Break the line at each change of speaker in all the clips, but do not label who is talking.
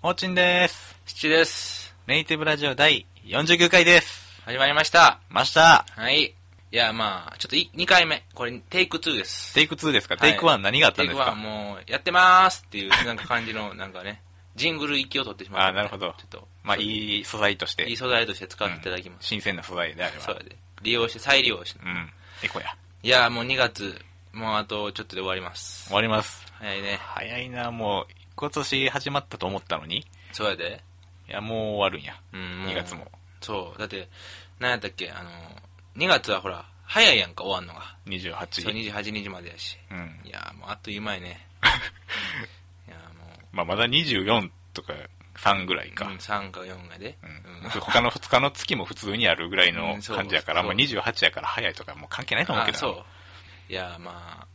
もーちんです。
七です。
ネイティブラジオ第49回です。
始まりました。
ました。
はい。いや、まあ、ちょっとい2回目。これ、テイク2です。
テイク2ですか、
はい
テイク1何があった
テ
ん
イ
で
ク
す
1
か
もう、やってまーすっていう、なんか感じの、なんかね、ジングル息を取ってしまった、
あーなるほど
ちょっと、
まあ、いい素材として。
いい素材として使っていただきます。
新鮮な素材であれば。
そうやで。利用して、再利用して。
うん。エコや。
いや、もう2月、もうあとちょっとで終わります
終。わります。
早いね。
早いな、もう、今年始まったと思ったのに。い
そうやで。
や、もう終わるんや。
うん、
2月も。。
そう。だって、なんやったっけ、あの、2月はほら、早いやんか、終わんのが。そう、
28。
28日までやし。
うん。
いやーもうあっという間 やね。いやーも、
まあ、まだ24とか3ぐらいうか。
うん、3か4がで。
うん他の2日の月も普通にあるぐらいの
うんそう
感じやから、
そ
も
う
う28やから早いとかもう関係ないと思うけ
あ
どな。
そう。いやーまあ、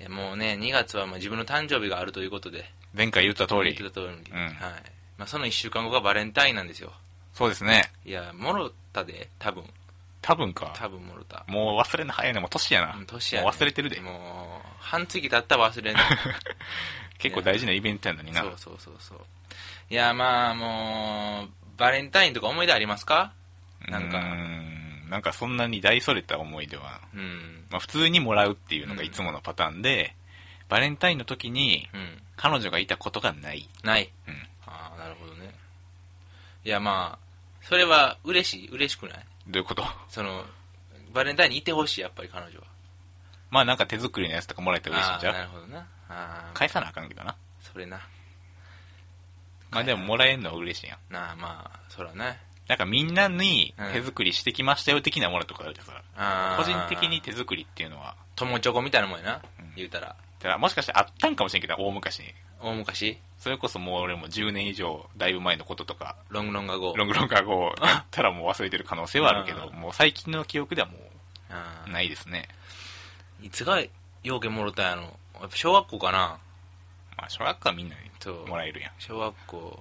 いやもうね、2月はまあ自分の誕生日があるということで、
前回言った通
言って
り。
た通りに、
うん
はい。まあその1週間後がバレンタインなんですよ。
そうですね。
いやー、もろたで、多分、
多分か。
多分もろた。
もう忘れんの早いね。もう年やな
うん。年や、ね、
もう忘れてるで。
もう、半月経ったら忘 れない。
結構大事なイベントやのにな
そ。うそうそうそう。いやーまあもう、バレンタインとか思い出ありますかなんか
うーんなんかそんなに大それた思い出は、
うん。
まあ普通にもらうっていうのがいつものパターンで、バレンタインの時に
うん。
彼女がいたことがない。
ない。
うん
ああ、なるほどね。いや、まあ、それは嬉しい嬉しくない
どういうこと
その、バレンタインにいてほしい、やっぱり彼女は。
まあなんか手作りのやつとかもらえたら嬉しい
あ
ん
あ
じ
ー、
ゃ
な
う
るほどな。ああ、
返さなあかんけどな。
それな。
まあでももらえるのは嬉しいやん。
なあ、まあ、そらね。
なんかみんなに手作りしてきましたよ的なものとかあるけどさ、
ああ
個人的に手作りっていうのは、
友チョコみたいなもんやな、
うん
言うたら。
だからもしかしたらあったんかもしれんけど、大昔に。
大昔、
それこそもう俺も10年以上、だいぶ前のこととか、
ロングロンが5。
ロングロンガー号やったらもう忘れてる可能性はあるけど、
う
もう最近の記憶ではも
あ
う
あ
ないですね。
いつが、ようけもろたんやろ。やっぱ小学校かな
まあ、小学校はみんな
そう
にもらえるやん。
小学校。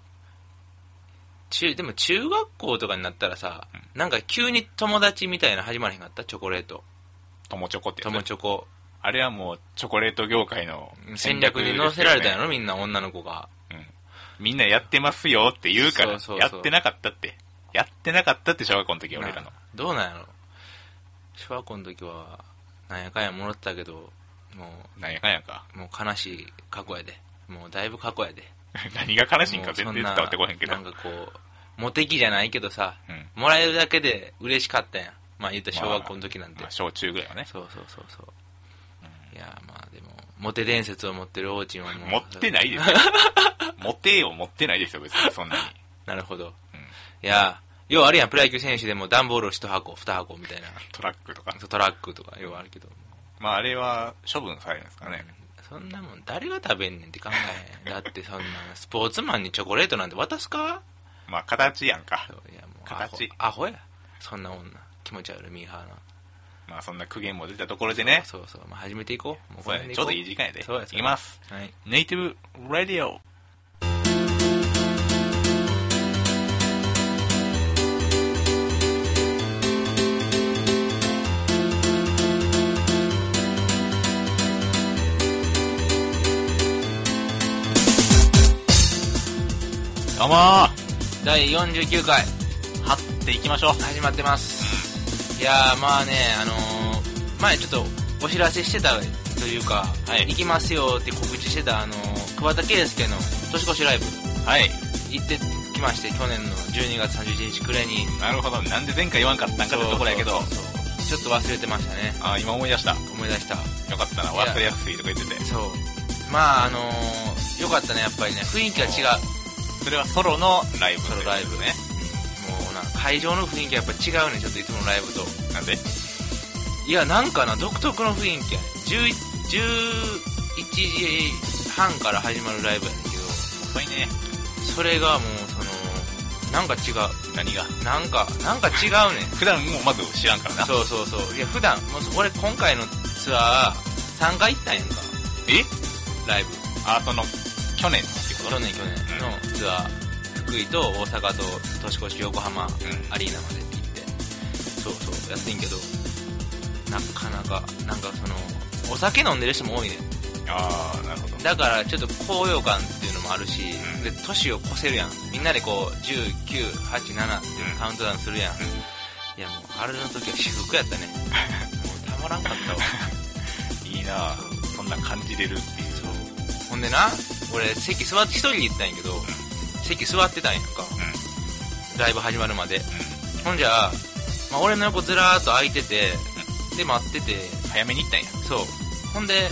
中、でも中学校とかになったらさ、なんか急に友達みたいな始まらへんかったチョコレート。
友チョコってや
友
つ。
チョコ。
あれはもうチョコレート業界の
戦略に載せられたんや
ろ、
ろみんな女の子が。
うんみんなやってますよって言うから、
そうそうそう
やってなかったって。やってなかったって小学校の時は俺ら
な
の。
どうなんやろ小学校の時は、なんやかんやもらってたけど、も
なんやかんやか。
う、もう悲しい過去やで。もうだいぶ過去やで。
何が悲しいん
も
か
うそ
全
ん
然伝
な
わってこへんけど。
なんかこう、モテ期じゃないけどさ、
うん
もらえるだけで嬉しかったやん。まあ言ったら小学校の時なんて。
まあ小中ぐらいはね。
そうそうそうそう。いやまあでも、モテ伝説を持ってる王子はもう。
持ってないです よ。モテを持ってないですよ、別にそんなに。
なるほど。
うん
いやようあるやん、プロ野球選手でも段ボールを1箱、2箱みたいな。
トラックとか。
トラックとかようあるけど。
まああれは処分されるんですかね。
そんなもん誰が食べんねんって考えへん。だってそんな、スポーツマンにチョコレートなんて渡すか
まあ形やんか。
いやもうアホ
形、
アホや。そんな女。気持ち悪いミーハーな。
まあそんな苦言も出たところでね。
そうそう。まあ始めていこう。もう
そうやねちょうどいい時間やで。
そうや
いきます。
す。はい。
ネイティブ・ラディオ。どうもー
第49回、
張っていきましょう。
始まってます。いやーまあね、あのー前ちょっとお知らせしてたというか、
はい
行きますよって告知してた、あのー桑田佳祐の年越しライブ。
はい。
行ってきまして去年の12月31日暮れに
なるほど。なんで前回言わんかったんかってところやけど。
ちょっと忘れてましたね
ああ、今思い出した。よ
思い出した
かったな。忘れやすいとか言ってて。
そうまああのー、よかったねやっぱりね雰囲気が違う
それはソロのライブ。
ソロライブね。もうな会場の雰囲気がやっぱ違うねちょっといつものライブと
なんで
いやなんかな独特の雰囲気やね11 11時半から始まるライブやねんけど
遅いね。
それがもうそのなんか違う
何が
なんかなんか違うねん
普段もまず知らんからな。
そうそうそういや普段もう俺今回のツアー3回行ったんやんか
え
ライブ
あ、その、去年ってこと
去年去年のツアー福井と大阪と年越し横浜
うん
アリーナまで行ってそうそうやってんけどなかなかなんかそのお酒飲んでる人も多いね
ああ、なるほど。
だからちょっと高揚感っていうのももあるし、
うん
で年を越せるやんみんなでこう1987っていうカウントダウンするやん、
ん
いやもうあれの時は至福やった ねもうたまらんかったわ
いいなあそんな感じれるっていう
そうほんでな俺席座って一人で行ったんやけど、席座ってたんやんか
うんうん
ライブ始まるまでほんじゃ、まあ、俺の横ずらーっと空いててで待ってて
早めに行ったんや
そうほんで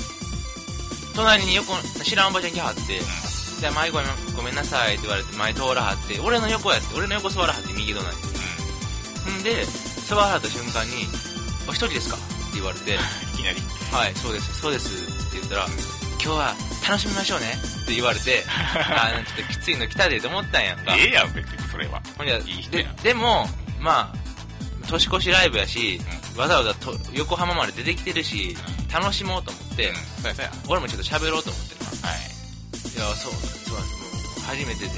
隣に横知らんおばちゃん来はって「で前ごめんごめんなさい」って言われて前通らはって俺の横やって俺の横座らはって右隣にほんで座らはった瞬間に「お一人ですか?」って言わ れて
うんいきなり
「はいそうですそうです」って言ったら「今日は楽しみましょうね」って言わ れてあーちょっときついの来たでと思ったんやんか
ええやん別にそれは
ほんじゃ
いい人
で
やん
でもまあ年越しライブやし、わざわざと横浜まで出てきてるし、楽しもうと思って、
うんそうやそうやは
俺もちょっと喋ろうと思ってる
い
いやそうそうなんですもう初めてで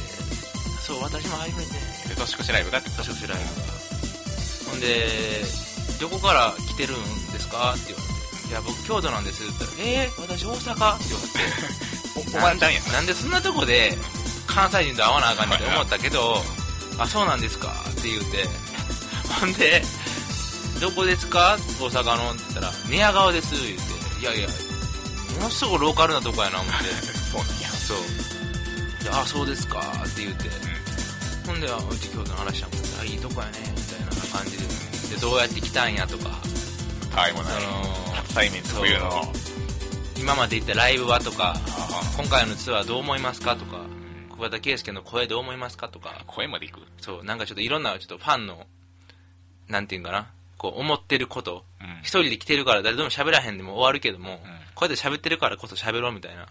そう私も初めて
で年越しライブがあって
年越しライブほんで「どこから来てるんですか?」って言われて「いや僕京都なんです」って言ったら「えー、私大阪?」って言われ
お
て
おばんちゃんやな
なんでそんなとこで関西人と会わなあかんねんって思ったけど、あ、そうなんですかって言うて、ほんで、どこですか大阪のって言ったら、寝屋川です言うて、いやいや、ものすごくローカルなとこやな思って、
そうなんや
そう。であ、そうですかって言うて、ほんで、あうち京都の話したもん、あ、いいとこやね、みたいな感じで、で、どうやって来たんやとか、
たわいも
そ
ない
の、
初対面とかいうの
そう今まで行ったライブはとか、
あ
今回のツアーどう思いますかとか、
ん
小型圭介の声どう思いますかとか
あ、声までいく
そう、なんかちょっといろんなちょっとファンの、なんていうんかな、こう思ってること、
うん
一人で来てるから誰とも喋らへんでも終わるけども、こうやって喋ってるからこそ喋ろうみたいな。
うん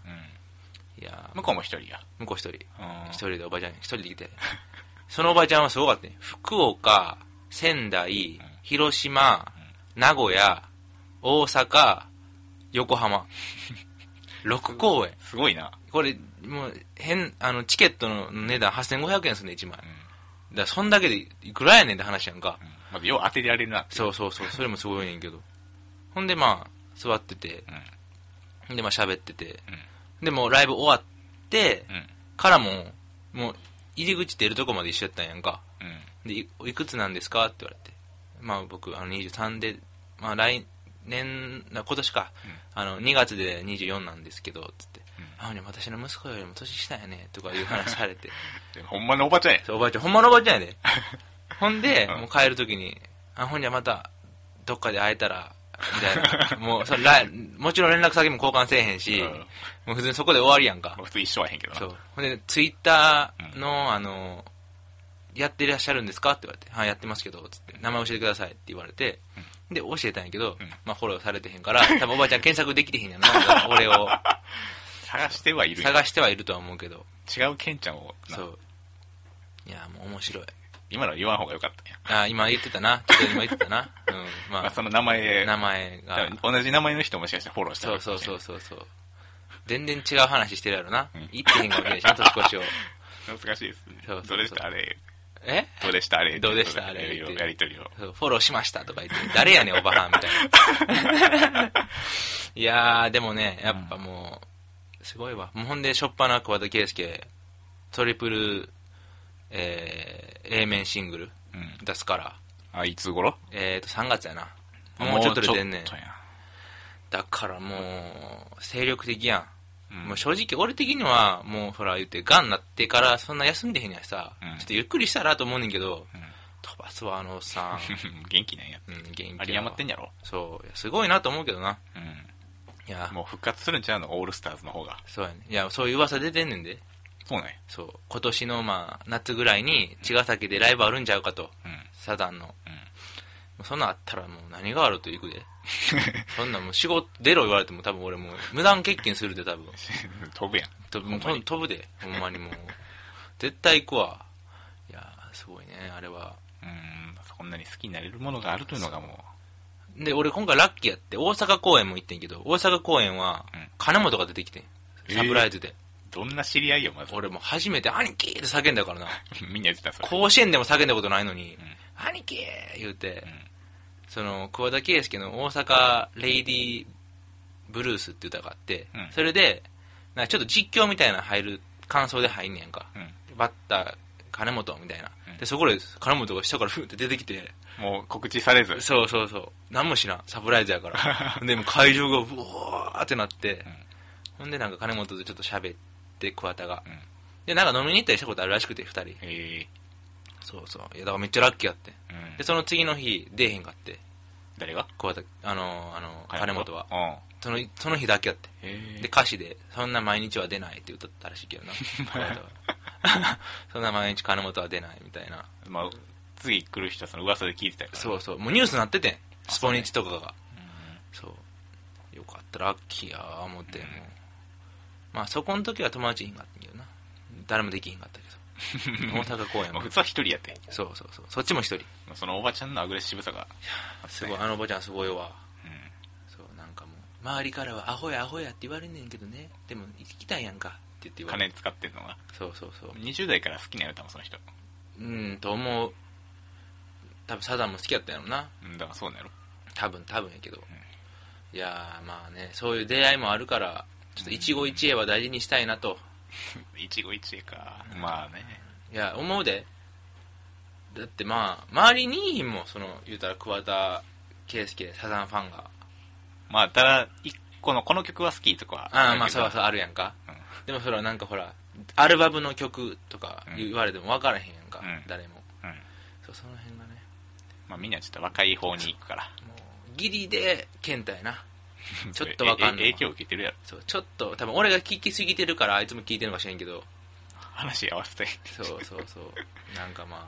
いやー
向こうも一人や
向こう一人、
うん
一人でおばちゃん、一人で来て。そのおばちゃんはすごかったね。福岡、仙台、広島、名古屋、大阪、横 浜。6公演。
すごいな
これ、もう、変、あの、チケットの値段8500円するね、1枚。だから、そんだけでいくらやねんって話やんか。
まずよう当てられるな
そうそ うそう、それもすごいねんけど。ほんで、まあ、座ってて、で、まあ、喋ってて、で、もうライブ終わって
う、ん
からも、もう、入り口出るとこまで一緒やったんやんか。
うん
で、いいくつなんですかって言われて。まあ、僕、あの、23で、まあ、来年、な今年か、あの、2月で24なんですけど、つって。あ、でも私の息子よりも年下やね、とかいう話されて。
でほんまのおばちゃんや
そうおばあちゃん、ほんまのおばあちゃん やで。ほんで、
うん
もう帰るときに、あ、ほんじゃまた、どっかで会えたら、みたいな。もう、それらもちろん連絡先も交換せえへんし、
うん
もう普通にそこで終わりやんか
まあ。普通一緒はへんけどな
そう。ほんで、ツイッターの、あの、やってらっしゃるんですかって言われて、はい、やってますけど、つって、名前教えてくださいって言われて、で、教えたんやけど、
うん
まあ、フォローされてへんから、 多分おばあちゃん検索できてへんやんな、俺を。
探してはいるんや
探してはいるとは思うけど、
違うケンちゃんをな
そう。いや、もう面白い。
今のは言わん方がよかったんや
あ、今言ってたな。ちょっと今言ってたな。うん。ま
まあ
あ、
その名前
名前が。
同じ名前の人もしかしてフォローして
そうそう
う
そうそうそう。全然違う話してるやろな
うん。
言ってへんかもしれないしな、年越しを。
難しいですね
そうそうそう
どうでしたあれ
え
どうでしたあれ
どうでしたあれ
いろいろやりとりを
そうフォローしましたとか言って、誰やねん、おばはん、みた いな。いやー、でもね、やっぱもう、すごいわ。もうほんで、しょっぱな桑田佳祐、トリプル、えー、A 面シングル
うん
出すから、
あいつ頃
えーと、3月やな。もうちょっとで出んね
もう
ん
ちょ。っとや
だからもう、精力的やん。
うん
もう正直、俺的には、もうほら言って、ガンなってからそんな休んでへんやしさ、
うん
ちょっとゆっくりしたらと思うねんけど、
ん
飛ばすわ、あのお っさ
元気なんや
ん。うん、元気やわ
有り余ってんやろ
そういや、すごいなと思うけどな。
うん
いや、
もう復活するんちゃうのオールスターズの方が
そうやね。いや、そういう噂出てんねんで。
そうなんや
そう。今年の、まあ、夏ぐらいに、茅ヶ崎でライブあるんちゃうかと。
うん
サザンの。
うん
そんなんあったらもう何があると行くで。そんなんもう仕事出ろ言われても多分俺もう無断欠勤するで多分。
飛ぶやん
飛ぶ
ほんまに
飛ぶでほんまにもう絶対行くわいやーすごいねあれは
うんそんなに好きになれるものがあるというのがも
で俺今回ラッキーやって大阪公演も行ってんけど大阪公演は
うん
金本が出てきてん
えー
サプライズで、
うどんな知り合いよまず
俺もう初めて「兄貴!」って叫んだからな
みんな言ってたそれ
甲子園でも叫んだことないのに
ん
「兄貴!」言うて、
ん
その桑田佳祐の「大阪レイディーブルース」って歌があって、
うん
それでなんかちょっと実況みたいなの入る感想で入んねやんか。
うん
バッター、金本みたいな
うん。
で、そこで金本が下からふって出てきて、
もう告知されず。
そうそうそう。なんもしな、サプライズ やから。で、もう会場がブワーってなって、ほんでなんか金本とちょっと喋って、桑田が。
うん
で、なんか飲みに行ったりしたことあるらしくて、二人。
え
そうそう。いや、だからめっちゃラッキーやって。
ーうん
で、その次の日、出えへんかって、
誰が
桑田、あのー、あのー、金本は。
うん。
その、その日だけやって。
え
で、歌詞で、そんな毎日は出ないって歌ったらしい けどな。桑田はそんな毎日金本は出ないみたいな。
まあ、次来る人はその噂で聞いてたから。
そうそう。もうニュースなっててん。スポニチとかが。
う
そう。よかった、ラッキーやー思って、
うん
もう。まあ、そこの時は友達いひんかったんけどな。誰もできひんかったけ ど。大阪公演
ん。ま
も
あ、普。通は一人やって。
そうそうそう。そっちも一人。
まあそのおばちゃんのアグレッシブさが。
すごい、あのおばちゃんすごいわ。そう、なんかもう。周りからは、アホやアホやって言われんねんけどね。でも、行きたいやんか。って言って
うん。
言われ
金
る。
使ってんのが。
そうそうそう。
20代から好きなやったもん、その人。
うん、と思う。多分、サザンも好きやったんやろな。
うん、だからそうなんやろ。
多分、多分やけど。いやー、まあね、そういう出会いもあるから、ちょっと一期一会は大事にしたいなと。
一期一会か。まあね。
いや思うでだってまあ周りにいいもんその言うたら桑田佳祐サザンファンが
まあ、ただ、一個の、この曲は好きとかは
ああまあそう
う。
そうあるやんか、
うん
でもそれはなんかほらアルバムの曲とか言われても分からへんやんか、
うん
誰も
うん。
そうその辺がね
まあ、みんなちょっと若い方に行くから。
もうギリで健太やなちょっとわ
分
かんない
影響受けてるやろ。
そうちょっと多分俺が聞きすぎてるからあいつも聞いてるのか知らんけど
話合わせて。
そうそうそうなんかま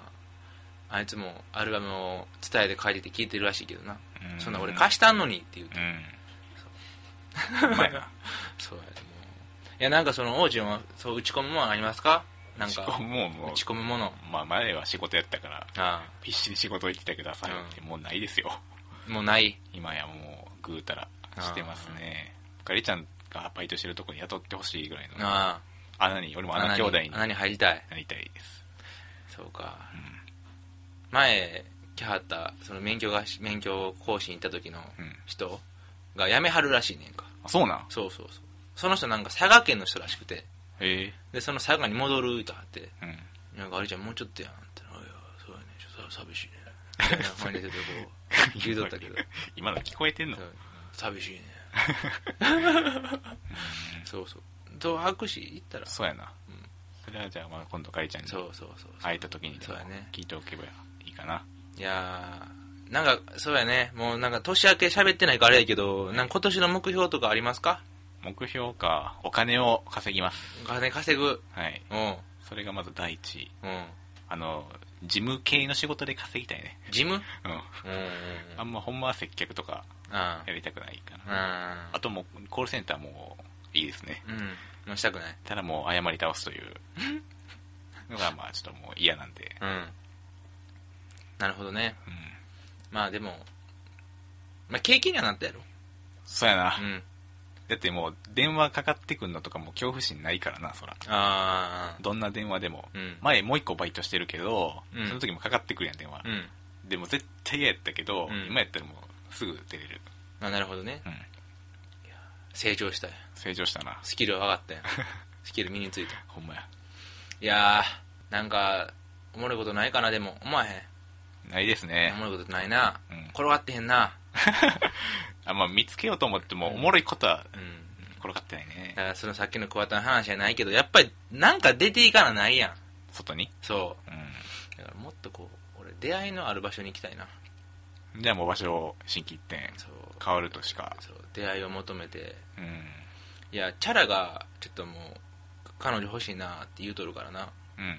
ああいつもアルバムを伝えて書いてて聞いてるらしいけどな、
うん
そんな俺貸したんのにって言うて
うん。うまいな。
そうやねもういやなんかその王子はそう打ち込むものありますかなんか
しかももう、も
打
う
ち込むもの
まあ前は仕事やったから、
あ
必死に仕事行ってたけど朝ってもうないですよ。
あもうない
今やもう、ぐうたらしてますね。かりちゃんがバイトしてるとこに雇ってほしいぐらいの。
あ
穴に、俺も
あ
穴兄弟に
穴に入りたい
なりたいです。
そうか
う
前来はったその免許が免許更新行った時の
ん。うん。
人が辞めはるらしいねんか
あ、そうなん
そうそうそうその人なんか佐賀県の人らしくて
へえ。
でその佐賀に戻るとはって
うん。
「なんかあれちゃんもうちょっとやん」って「あいやそうやねちょっと寂しいね」 みたいな感じでこう言うとったけど
今の聞こえてんの
寂しいね そうそうと握手行ったら
そうやな
うん。
それはじゃあまあ今度かりちゃんに
そうそうそうそう
会えた時にでも
そうやね
聞いておけばいいかな。
いやーなんかそうやねもうなんか年明け喋ってないからあれやけどなんか今年の目標とかありますか
目標か、お金を稼ぎます。
お金稼ぐ
はい。
うんうん
それがまず第一位。あの、事務系の仕事で稼ぎたいね。
ジム
うん。
うんうんうん
あんま、ほんまは接客とか
あ
やりたくないかな。
あ
あともう、コールセンターもいいですね。
うんもうしたくない
ただもう、謝り倒すというのが、まあ、ちょっともう嫌なんで。
うんなるほどね
うん。
まあでもまあ経験にはなったやろ
そうやな
う。ん
だってもう、電話かかってくんのとかもう恐怖心ないからな、そら。
ああ
どんな電話でも。
うん
前、もう一個バイトしてるけど、
うん
その時もかかってくるやん、電話
う。ん
でも絶対嫌やったけど、
うん
今やったらもう、すぐ出れる。
あなるほどね
うん。
成長したよ
成長したな。
スキルは上がったよスキル身についた
ほんまや。
いやーなんかおもろいことないかなでも思わへん
ないですね
お。もろいことないな、
うん
転がってへんな
あまあ、見つけようと思っても、おもろいことは
うん
転がってないね
だか。らそのさっきの桑田の話じゃないけどやっぱりなんか出ていかなないやん
外に。
そ
うん。
うだからもっとこう俺出会いのある場所に行きたいな
じゃあもう場所を新規一点
そう
変わるとしか。
そう出会いを求めて
うん。
いやチャラがちょっともう彼女欲しいなって言うとるからな
うん。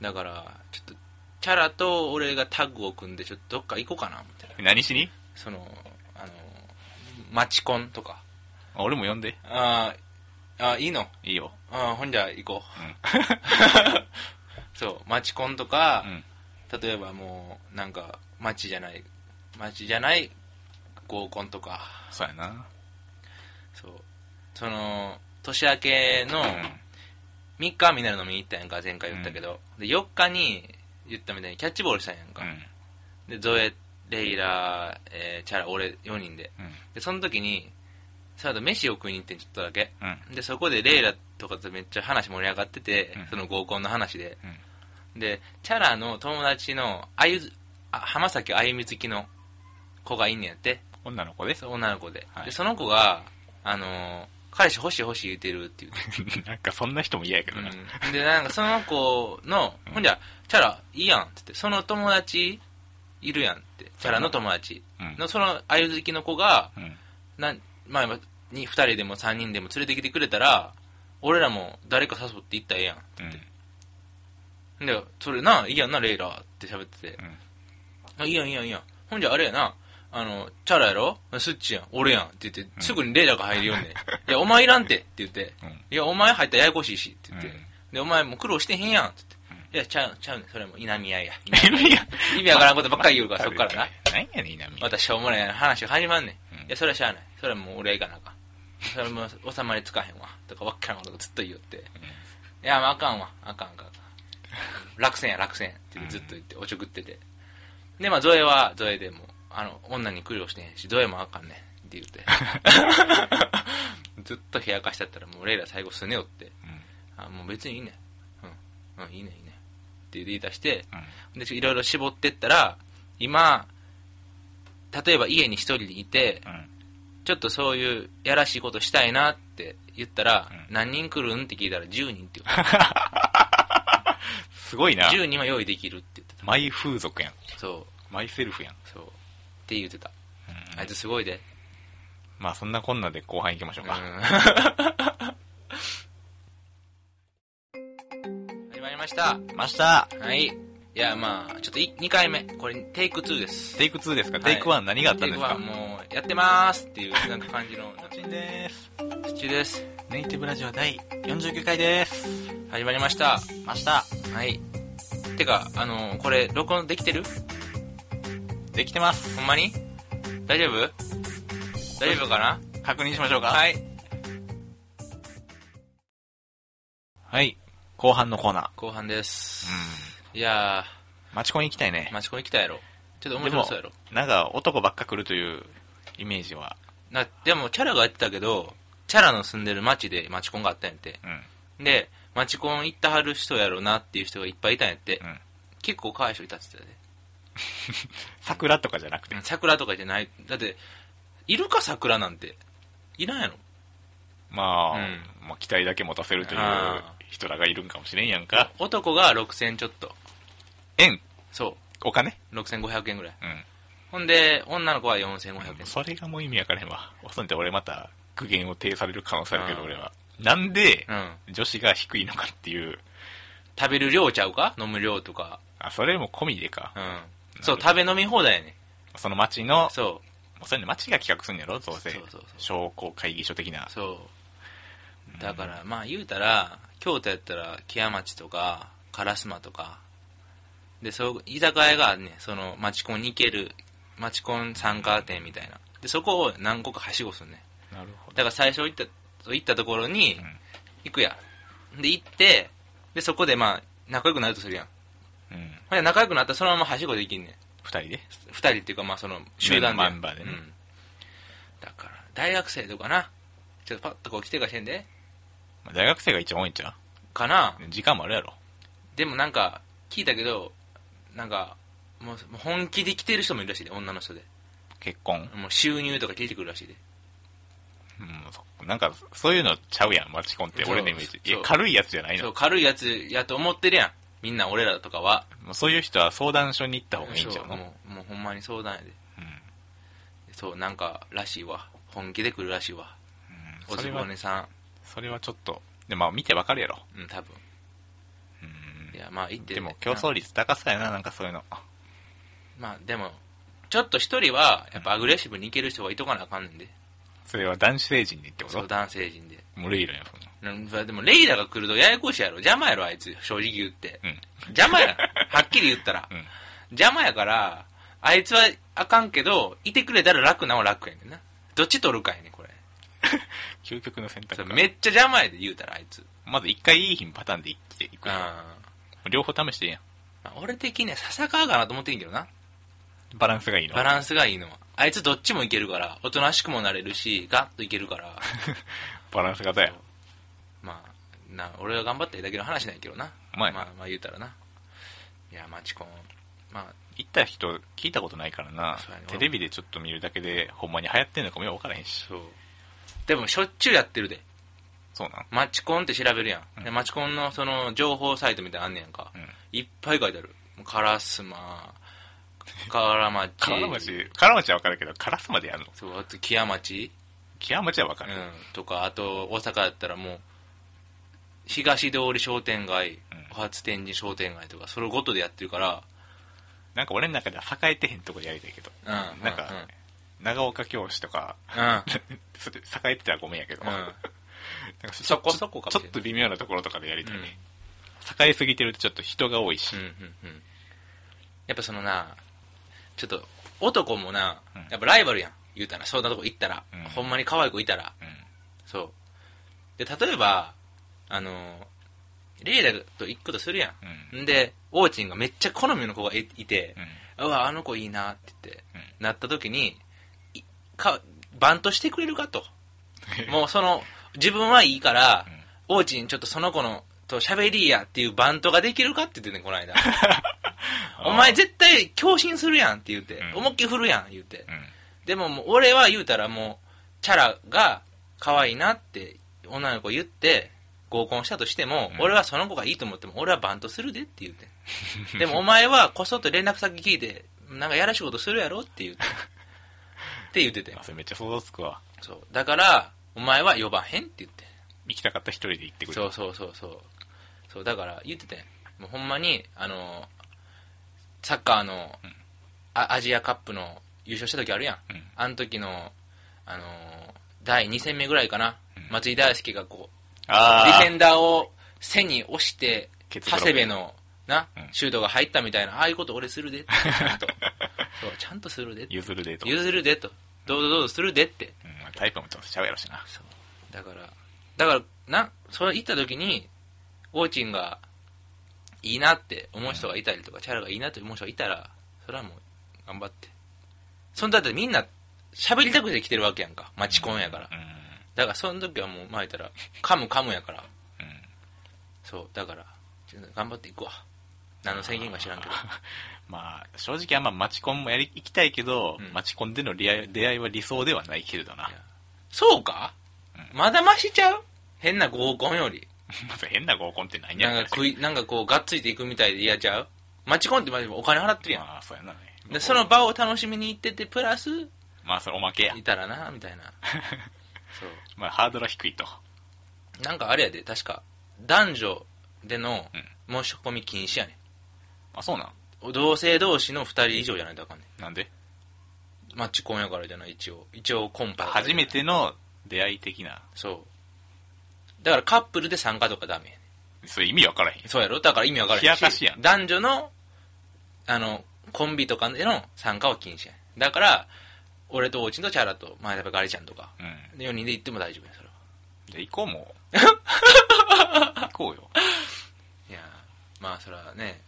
だからちょっとチャラと俺がタッグを組んでちょっとどっか行こうかなみたいな
何しに
そのあのマチコンとか
あ俺も呼んで。
あーあーいいの
いいよ。
あーほんじゃ行こ
うん。
う そうマチコンとか
う、ん。
例えばもうなんか街じゃない街じゃない合コンとか
そうやな。
そうその年明けの
うん。
3日みんなで飲みに行ったやんか前回言ったけど、で4日に言ったみたいにキャッチボールしたんやんか、でゾエレイラ、えーチャラ俺4人で
うん。
でその時にその後飯を食いに行ってんちょっとだけ
うん。
でそこでレイラとかとめっちゃ話盛り上がってて、
うん
その合コンの話で、でチャラの友達のあゆずあ浜崎あゆみ好きの子がいんねんやって
女の子で
そう女の子で,、
はい
でその子が、あのー彼氏欲しい欲しい言ってるって言って
なんかそんな人も嫌やけどな、
うんでなんかその子の、
うん
ほんじゃチャラいいやんっつってその友達いるやんってチャラの友達
うん
のそのあゆ好きの子が
うん
なん、まあ、2人でも3人でも連れてきてくれたら俺らも誰か誘って行ったらええや
うん
んでそれないいやんなレイラーって喋ってて、あいいやんいいやんいいやんほんじゃあれやなあのチャラやろスッチやん俺やんって言ってすぐにレイラーが入るよね、いやお前いらんてって言って
うん
いや、お前入ったらややこしいし、って言って。
うん
で、お前もう苦労してへんやん、って言って。いや、ちゃう、ちゃうねん。それはもう、稲宮 や。稲
意味が
意味わからんことばっかり 言うから、そっからな。
何やねん稲見
またしょうもない話が始まんねん。
うん
いや、それはしゃあない。それはもう俺は行かなあかん。それもう収まりつかへんわ。とか、わっからんことずっと言って。いや、まあ、あかんわ。あかんあかんあかん。落選や、落選。ってずっと言って、おちょくってて。で、まあ、ゾエは、ゾエでも、あの、女に苦労してへんし、ゾエもあかんねん。って 言って。ずっと冷やかしちゃったら、もうレイラ最後すねよって。
うん
あもう別にいいねうん、うん、いいねいいねって言い出して
うん
でちょいろいろ絞ってったら今例えば家に一人でいて
うん
ちょっとそういうやらしいことしたいなって言ったら、
うん
何人来るんって聞いたら10人って言
すごいな
う10人は用意できるって言って
マイ風俗やん
たそう
マイセルフやん、
そうって言ってた
うん
あいつすごいで
まあそんなこんなで後半行きましょう
うん
か、
始まりました
ました
はいいやまあちょっと2回目これテイク2です
テイク2ですか、テイク1何があったんです
テイ
か
クワンもうやってますっていうなんか感じの
チンです
土です
ネイティブラジオ第49回です
始まりました
ました
はいてかあのーこれ録音できてる
できてます
ほんまに大丈夫大丈夫かな
確認しましょうか
はい
はい後半のコーナー
後半です
う、
いや
ん町コン行きたいね
ーマチコン行きたいやろちょっと面白そうやろ
なんか男ばっか来るというイメージは
なでもチャラがやってたけどチャラの住んでる町でマチコンがあったんやって
うん
でマチコン行ったはる人やろなっていう人がいっぱいいたんやって、
うん
結構可愛い人いたって言ってたで
桜とかじゃなくて
桜とかじゃないだっているか桜なんていらんやろ
まあ、
う
まあ期待だけ持たせるという
あ
人らがいるんかもしれんやんか
男が6000ちょっと
円
そ
お金
う6500円ぐらい
うん
ほんで女の子は4500円
それがもう意味わからへんわおそんって俺また苦言を呈される可能性あるけど
うん
俺はなんで
うん
女子が低いのかっていう
食べる量ちゃうか飲む量とか
あそれも込みでか
うんそう食べ飲み放題やね
その町の
そ
もうそれね町が企画するんやろどうせ
そうそうそう
商工会議所的な
うそうだからまあ言うたら京都やったら木屋町とか烏丸とかでそう居酒屋があるねんその町コンに行ける町コン参加店みたいなでそこを何個かはしごすんねん
なるほ
だから最初行った行ったところに
ん
行くや、ん、で行ってでそこでまあ仲良くなるとするやん
うん
ほんで仲良くなったらそのままはしごできんねん
二人で
二人っていうかまあその集団で
メンバーでね
うん、だから大学生とかなちょっとパッとこう来てかしてんで
まあ大学生が一番多いんちゃ
かな
う時間もあるやろ
でもなんか聞いたけどなんかもうもう本気で来てる人もいるらしいで女の人で
結婚、
もう収入とか聞いてくるらしいで
うん、そなんかそういうのちゃうやん町コンって俺のイメージ
そう
いや軽いやつじゃない
そう
の
軽いやつやと思ってるやんみんな俺らとかは
もうそういう人は相談所に行った方がいいんちゃう
そ
の
もうもうほんまに相談やで
うん
そうなんからしいわ本気で来るらしいわ
うん
お
そ
ず
れ
ぼ
は
ねさ
それはちょっとでまあ見てわかるやろ
んうん多分
うん
いやまあ行って
でも競争率高さやななんかそういうの
まあでもちょっと一人はやっぱアグレッシブにいける人がいとかなあかんねんで
それは男子成人でってこ
そ
と
う男性陣で
もうレイラやそんな
なんでもレイラが来るとややこしいやろ邪魔やろあいつ正直言って
うん
邪魔やはっきり言ったら、
うん
邪魔やからあいつはあかんけどいてくれたら楽なんは楽やねんなどっち取るかやねんこれ
究極の選
そ
択
う
か
めっちゃ邪魔やで言うたらあいつ
まず一回いい品パターンでいっていく
うん、
や
ま
ん両方試していいや
あ、俺的には笹川かなと思ってんけどなん
バランスがいいの
バランスがいいのはあいつどっちもいけるからおとなしくもなれるしガッといけるから
バランス型や
まあな俺が頑張っただけの話なんやけどな
まあ
まあ、まあ言うたらないやマチコンまあ
行った人聞いたことないからな
そうやね
テレビでちょっと見るだけでほんまに流行ってんのかもよく分からへんし
そうでもしょっちゅうやってるで
そうなん
マチコンって調べるやん、で
うん
マチコンのその情報サイトみたいなのあんねやんか、
うん
いっぱい書いてあるカラ スマカラマチ
カラマチカラマチは分かるけどカラスまでやるの
そうあと木屋町、
キヤマチは分
う
か
ん
る、、
とかあと大阪やったらもう東通り商店街、
うん
初天神商店街とかそれごとでやってる から
なんか俺の中では栄えてへんとこでやりたいけど、
うんうん
なんか、長岡教師とか
う
それ栄えてたらごめんやけど、
ん、う
なん
ん
か、ちょ
そこそこかも
ち
し
ょっ
れない
と微妙なところとかでやりたいね、
うん
栄えすぎてるとちょっと人が多いし、
うんうんうんやっぱそのなちょっと男もな
うん
やっぱライバルやん言うたらそんなとこ行ったら、
うん
ほんまに可愛い子いたら
うん
そうで例えばあのレイラと行くことするやん、、
うん
でオーチンがめっちゃ好みの子がいいて
うん、
「うわあの子いいな」って言って、
う
なった時にいかバントしてくれる かともうその自分はいいから、オーチンちょっとその子のと喋りやっていうバントができるかって言ってねこ の間お前絶対強振するやんって言って、
うん
思いっきり振るやん言って、
うん
でももう俺は言うたらもうチャラが可愛いなって女の子言って合コンしたとしても、
うん
俺はその子がいいと思っても俺はバントするでって言って でもお前はこそっと連絡先聞いてなんかやらしいことするやろって言ってって言ってて
あそれめっちゃ想像つくわ
そうだからお前は呼ばへんって言って
行きたかった一人で行ってくれ
そうそうそうそうそうだから言っててもうほんまにあのサッカーの、
ん
あアジアカップの優勝した時あるやん、
うん
あの時のあの第2戦目ぐらいかな、
うん
松井大輔がこうディ
あ
フェンダーを背に押して
ケツブロ
長
ック
谷部のな、
うん
シュートが入ったみたいなああいうこと俺する でってちゃんとそうちゃんとするでって
譲るでと、うん
譲るでとどうぞどうぞするでって
まあタイプもちょっとちゃうやろしな
そうだからだからなそれ行った時にオーチンがいいなって思う人がいたりとか、チャラがいいなって思う人がいたらそれはもう頑張ってそんだってみんな喋りたくて来てるわけやんかマチコンやから
うん
だからその時はもうまあ言ったら噛む噛むやから
うん
そうだからちょっと頑張っていくわ何の宣言か知らんけど
まあ正直あんまマチコンもやり行きたいけど、
うん
マチコンでの出会い出会いは理想ではないけれどない
やそうか、まだマシちゃう変な合コンより
まず変な合コンって何や
なんか食いなんかこうがっついていくみたいで嫌ちゃうマチコンってまあお金払ってるやん
まあそうやなね
でその場を楽しみに行っててプラス
まあそれおまけや
いたらなみた いなそう
まあハードルは低いと
なんかあれやで確か男女での
う
申し込み禁止やね
あそうなん
ん同性同士の2人以上じゃないとあかんね
なんで
んマッチコンやからじゃない一応一応コンパやから
初めての出会い的な
そうだからカップルで参加とかダメやね
それ意味わからへん
そうやろだから意味わからへんし
冷やかしやん
男女のあのコンビとかでの参加は禁止やねんだから俺とオーチンとチャラと前田部ガリちゃんとか
うん
4人で行っても大丈夫やそれは
じゃあ行こうもう 行こうよ
いやーまあそれはね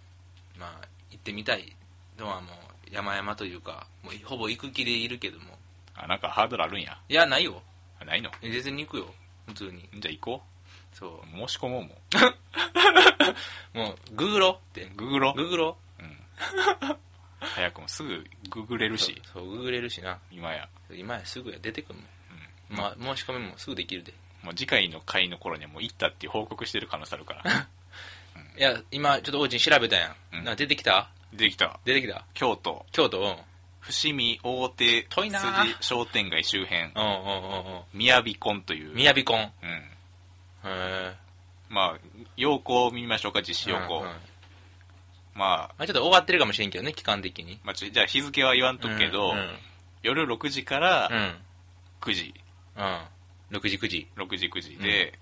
まあ行ってみたいのはもう山々というかもうほぼ行く気でいるけども
あなんかハードルあるんや
いやないよ
あないの
全然に行くよ普通に
じゃあ行こ
そう
申し込もうも
うもうググろって
うググろう
ググろ
うん、早くもすぐググれるし
そうそうググれるしな
今や、
今やすぐや出てくるもん
うん、
まあ申し込みもすぐできるで
もう次回の回の頃にはもう行ったっていう報告してる可能性あるから
いや今ちょっと王子に調べたやん、
うん
なんか出てきた
できた
出てきた
京都
京都うんうん
伏見大手
遠いなあ
筋商店街周辺
うんうんうん
みやびコンという、うん、
みやび婚へえ
まあ要項を見ましょうか実施要項、
うんうん
まあ
まあ、ちょっと終わってるかもしれんけどね期間的に
まあ、ちょじゃあ日付は言わんとくけど、
うん
夜6時から
うん、
9時
うん、6時9時
6時9時で、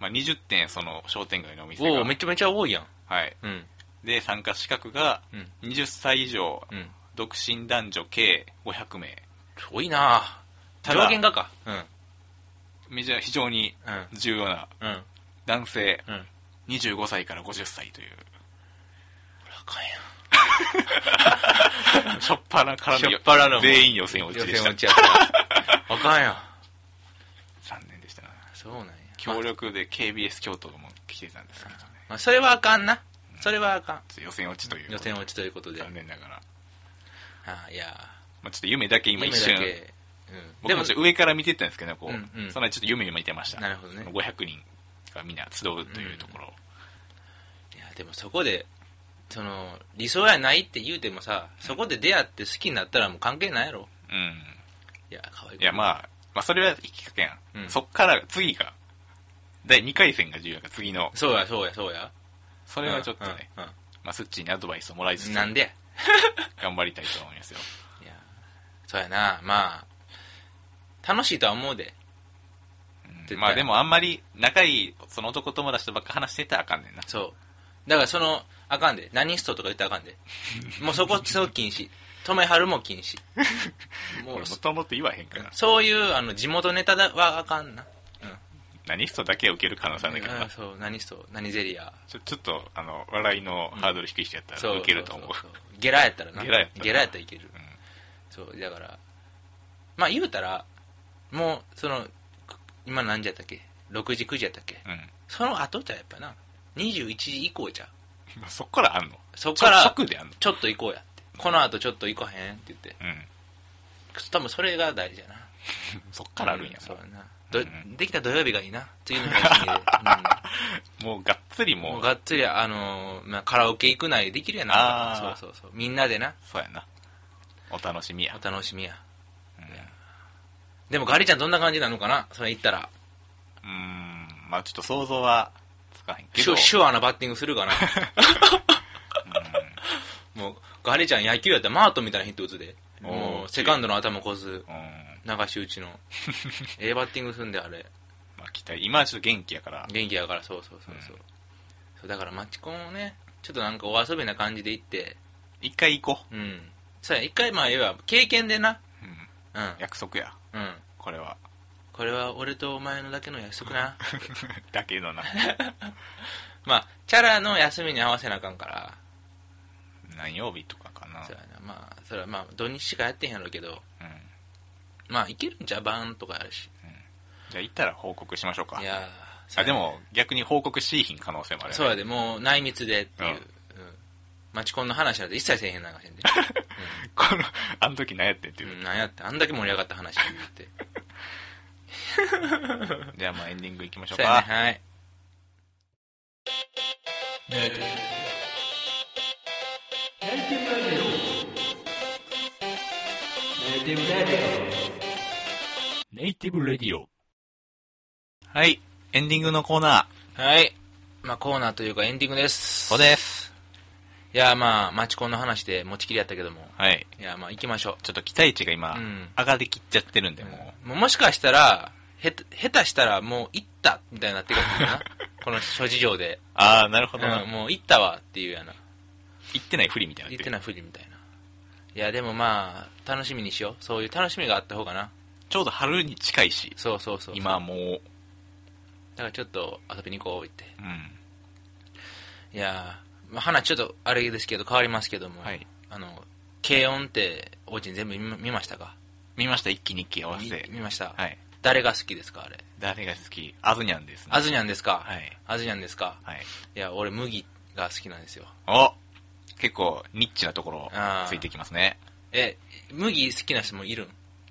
まあ、20点その商店街のお店
お
が
おめちゃめちゃ多いやん
はい、
うん
で参加資格が
うん
20歳以上、
うん
独身男女計500名
多いなあ
ただ
上限がかうん
メジャー非常に
うん
重要な
うん
男性
うん
25歳から50歳という
あかんや
しょっぱなからの
しょっぱなの
全員予選落ち
予
でし
選
た
落ちやったあかんや
残念でしたな
そうなんや
協力で KBS 京都がもう来てたんですけどね
まあ、それはあかんな。それはあかん。
ちょっと予選落ちという
予選落ちということで。
残念ながら、
あいや
まあ、ちょっと夢だけ今
夢
一
だ
瞬
け。うん。
僕もちょっと上から見てたんですけどねこう、
うんうん
そんなにちょっと夢に見てました
なるほどね
その500人がみんな集うというところ、
いやでもそこでその理想やないって言うてもさそこで出会って好きになったらもう関係ないやろ
うん
いや可愛い
いやまあ、まあそれはきっかけやん、
うん
そっから次が第2回戦が重要やから次の
そうやそうやそうや
そ
そ
れはちょっとね、
うんうん
まあ、スッチーにアドバイスをもらいつ
う
つ
んなんでや
頑張りたいと思いますよ
いやそうやなまあ楽しいとは思うで
うん
絶対
まあでもあんまり仲いいその男友達とばっか話してたらあかんねんな
そうだからそのあかんで何ストとか言ったらあかんで もうそこそこ禁止止めはるも禁 止も
俺
う
もともと言わへんから
そういうあの地元ネタだはあかんな
何人だけは受ける可能性あるんだけど
う
なん
そう何スト何ゼリア
ちょちょっとあの笑いのハードル低い人やった
そ
ら
う
受けると思う
そそそゲラやったらな
ゲラやったら
ゲラやったらいける
うん
そうだからまあ言うたらもうそのく今何時やったっけ6時9時やったっけ
うん
その後じゃやっぱな21時以降じゃ
まあそっからあんの
そっから
ちょ直であんの
ちょっと行こうやってこの後ちょっと行こへんって言って
うん
多分それが大事やな
そっからあるんや
そ
も
う
う
やなど
うん
できた土曜日がいいな次の配信 で、う
もうがっつり
んも
も
う
う
がっつりあのーまあ、カラオケ行くなりできるや
あ
な
ー
そうそうそうみんなでな
そうやなお楽しみや
お楽しみや
うん
でもガリちゃんどんな感じなのかなそれ言ったら
うーんまあちょっと想像はつかへんけ
シ
ど
ュシュアなバッティングするか なもうガリちゃん野球やったらマートみたいなヒット打つで
おー
もうセカンドの頭こず
うん
流し 打ちのええバッティングすんであれ
まあ期待今はちょっと元気やから
元気やからそうそうそうそ
う
う,、
ん
そうだからマチコンをねちょっとなんかお遊びな感じで行って
一回行こ
うんそうや一回まあ要は経験でな
ううん
う
約束や
んうん
これ は
これは俺とお前のだけの約束な
だけ どな
まあチャラの休みに合わせなあかんから
何曜日とかかな
そうやなまあそれはまあ土日しかやってへんやろうけど
うん
まあいけるんちゃうバーンとかあるし
じゃあ行ったら報告しましょうか
いやー
あでも逆に報告しいひん可能性もある
そう
や
やでもう内密でっていう、
う
うんんマチコンの話なんて一切せえへんなんか せんで、
このあの時何やってんって
う、
いうん
なんやってあんだけ盛り上がった話言 って
じゃあまあエンディングいきましょう
そうやね
か
はい
ネイティブレディオはいエンディングのコーナ
はいまあコーナーというかエンディングです
ーそうです
いやーまあマチコンの話で持ちきりやったけども
はい
いやーまあ行きましょ
ちょっと期待値が今、
うん
上がりきっちゃってるんで
う
も
もうもしかしたらへた下手したらもう行ったみたいになってくるんだなこの諸事情
う
で、
ああなるほ
う
どな、
ん、もう行ったわっていうやな
言ってないふりみたいに
言
な
っ
っててる
ないふりみたいないやでもまあ楽しみにしようそういう楽しみがあった方がな
ちょうど春に近いし
そうそうそう
今はもう
だからちょっと遊びに行こうって
うん
いやー、まあ、話ちょっとあれですけど変わりますけども、
はい
あの軽音っておうちに全部見ま見ましたか
見ました一気に一気合わせて
み見ました、
はい
誰が好きですかあれ
誰が好きアズニャンですね
アズニャンですか、
はい
アズニャンですか、
はい
い、や俺麦が好きなんですよ
お結構ニッチなところ
あー
ついてきますね
え麦好きな人もいるん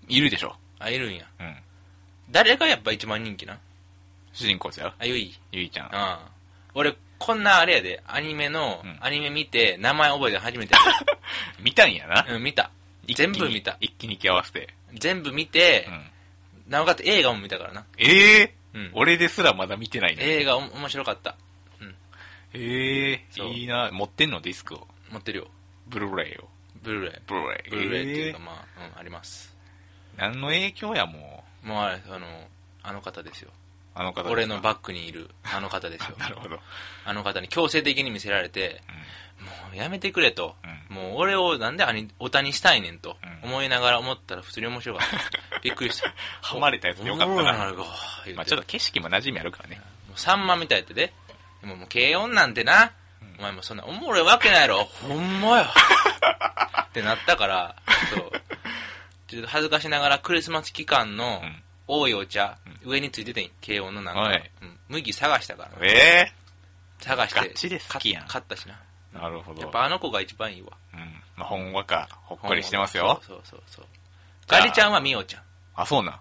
いるでしょ
あいるんや
うん
誰がやっぱ一番人気なん
主人公ちゃう
あゆい
ゆいちゃん
うん俺こんなあれやでアニメの、
うん
アニメ見て名前覚えて初 めてや
見たんやな、
うん見た
一気
全
に
部見た
一気に気合わせて、
全部見て
う、ん、
なおかつ映画も見たからな、
ええ
うん
俺ですらまだ見てないね
映画お面白かった
ええ
そう
いいな持ってんのディスクを
持ってるよ
ブルーレイを
ブルーレイ
ブルーレイ
ブルーレイっていうか
え
まあ、うん、あります
え何の影響やもう
もうあれあのあの方ですよ
あの方ですか
俺のバックにいるあの方です よ
なるほど、
あの方に強制的に見せられてもうやめてくれと、
う
もう俺をなんであにオタにしたいねんと
うん
思いながら思ったら普通に面白 かったびっくりした
はまれたやつでよかったな
おおもろいなこう言
うん
て
まあ、ちょっと景色も馴染みあるからね
もうサンマみたいやってででももう軽音なんてな、お前もそんなおもろいわけないやろほんま やってなったからそうちょっと恥ずかしながらクリスマス期間の
うん
多いお茶、上についててん軽音のなんか、
はい
うん麦探したから
ええ
探して
ガチで好きやん
勝ったしな
なるほど
やっぱあの子が一番いいわ
うんまあ、ほんわかほっこりしてますよ
そうそうそうそう
じゃあ
ガリちゃんはミオちゃ
あそうなん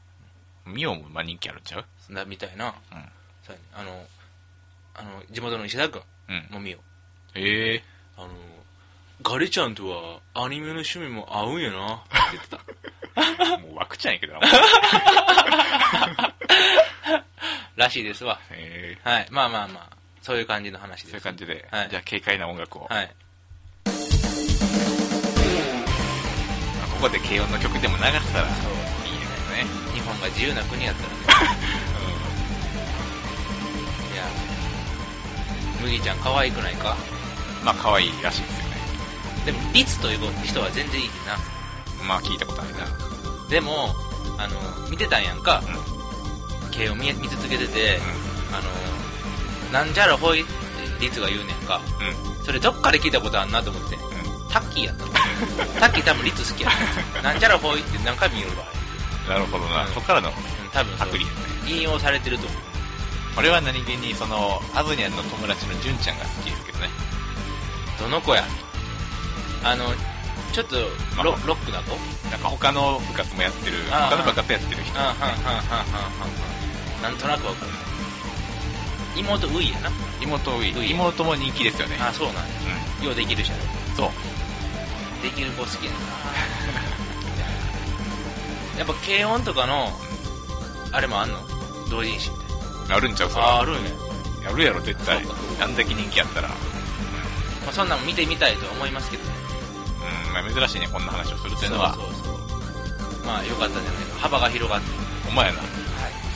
ミオもまあ人気あるんちゃうん
だみたいな
うん
そうやねあのあの地元の石田君
うん
もミオ
ええ
あのガリちゃんとはアニメの趣味も合うんやな って言ってた
もう枠ちゃんやけ どな
らしいですわ
ええ
はいまあまあまあそういう感じの話です
そういう感じで、
はい
じゃあ軽快な音楽を、
は
ま
い
あここで軽音の曲でも流したらいいですね
日本が自由な国やったらね いや麦ちゃん可愛くないか
うんまあ可愛いらしいですよね
でもリツという人は全然いいな
まあ聞いたことあるなう
でもあの見てたんやんか毛を見見続けてて、あのなんじゃらほいってリツが言うねんか
ん
それどっかで聞いたことあんなと思って
うんうん
タッキーやったタッキー多分リツ好きや ったなんじゃらほいって何回も言うわ
なるほどな、
うん
そっからの
うん多分
パ
そ
クリやね
う引用されてると思う
俺は何気にそのアズニャンの友達の純ちゃんが好きですけどね
どの子やあのちょっと
まあ
ロロックな子
なんか他の部活もやってる
ああ
他の部活やってる人
はんはんはんはんはんなんとなくわかる妹ウイやな
妹多
多
い
い
妹も人気ですよね
あそうなんや
う
ようできるじゃん
んそう
できる子好きやな やっぱ軽音とかのあれもあんの同人誌みたい
あるんちゃうそ
な
ら
あるんや
やるやろ絶対
そうか
あんだけ人気あったら
まあ、そんなんも見てみたいとは思いますけどね
うん、まあ、珍しいねこんな話をするっていうのは
そうそうそうまあよかったじゃないか幅が広がって、
お前やな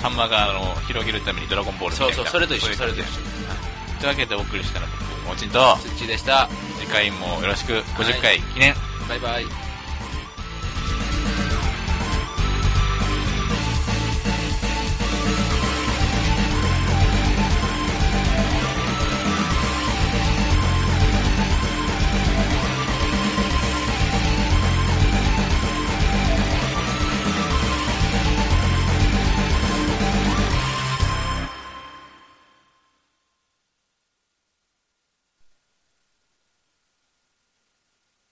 さんまがあの広げるためにドラゴンボールみたいな
そうそうそれと一緒
ういう感じ
それと
というわけでお送りしたのは僕もちんと
土っちでした
次回もよろしく50回記念、
バイバイ